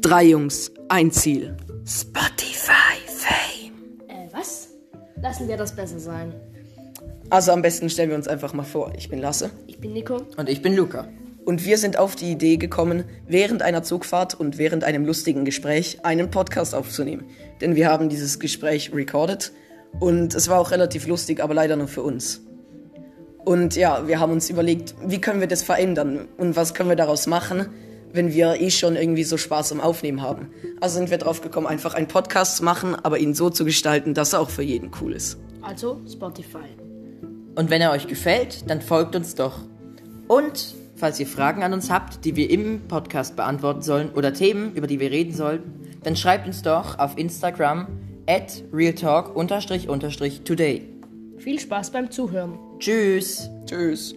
drei Jungs, ein Ziel. Spotify Fame. Äh, was? Lassen wir das besser sein. Also am besten stellen wir uns einfach mal vor. Ich bin Lasse. Ich bin Nico. Und ich bin Luca. Und wir sind auf die Idee gekommen, während einer Zugfahrt und während einem lustigen Gespräch einen Podcast aufzunehmen. Denn wir haben dieses Gespräch recorded und es war auch relativ lustig, aber leider nur für uns. Und ja, wir haben uns überlegt, wie können wir das verändern und was können wir daraus machen, wenn wir eh schon irgendwie so Spaß am Aufnehmen haben. Also sind wir drauf gekommen, einfach einen Podcast zu machen, aber ihn so zu gestalten, dass er auch für jeden cool ist. Also Spotify. Und wenn er euch gefällt, dann folgt uns doch. Und falls ihr Fragen an uns habt, die wir im Podcast beantworten sollen oder Themen, über die wir reden sollen, dann schreibt uns doch auf Instagram at realtalk-today. Viel Spaß beim Zuhören. Tschüss! Tschüss.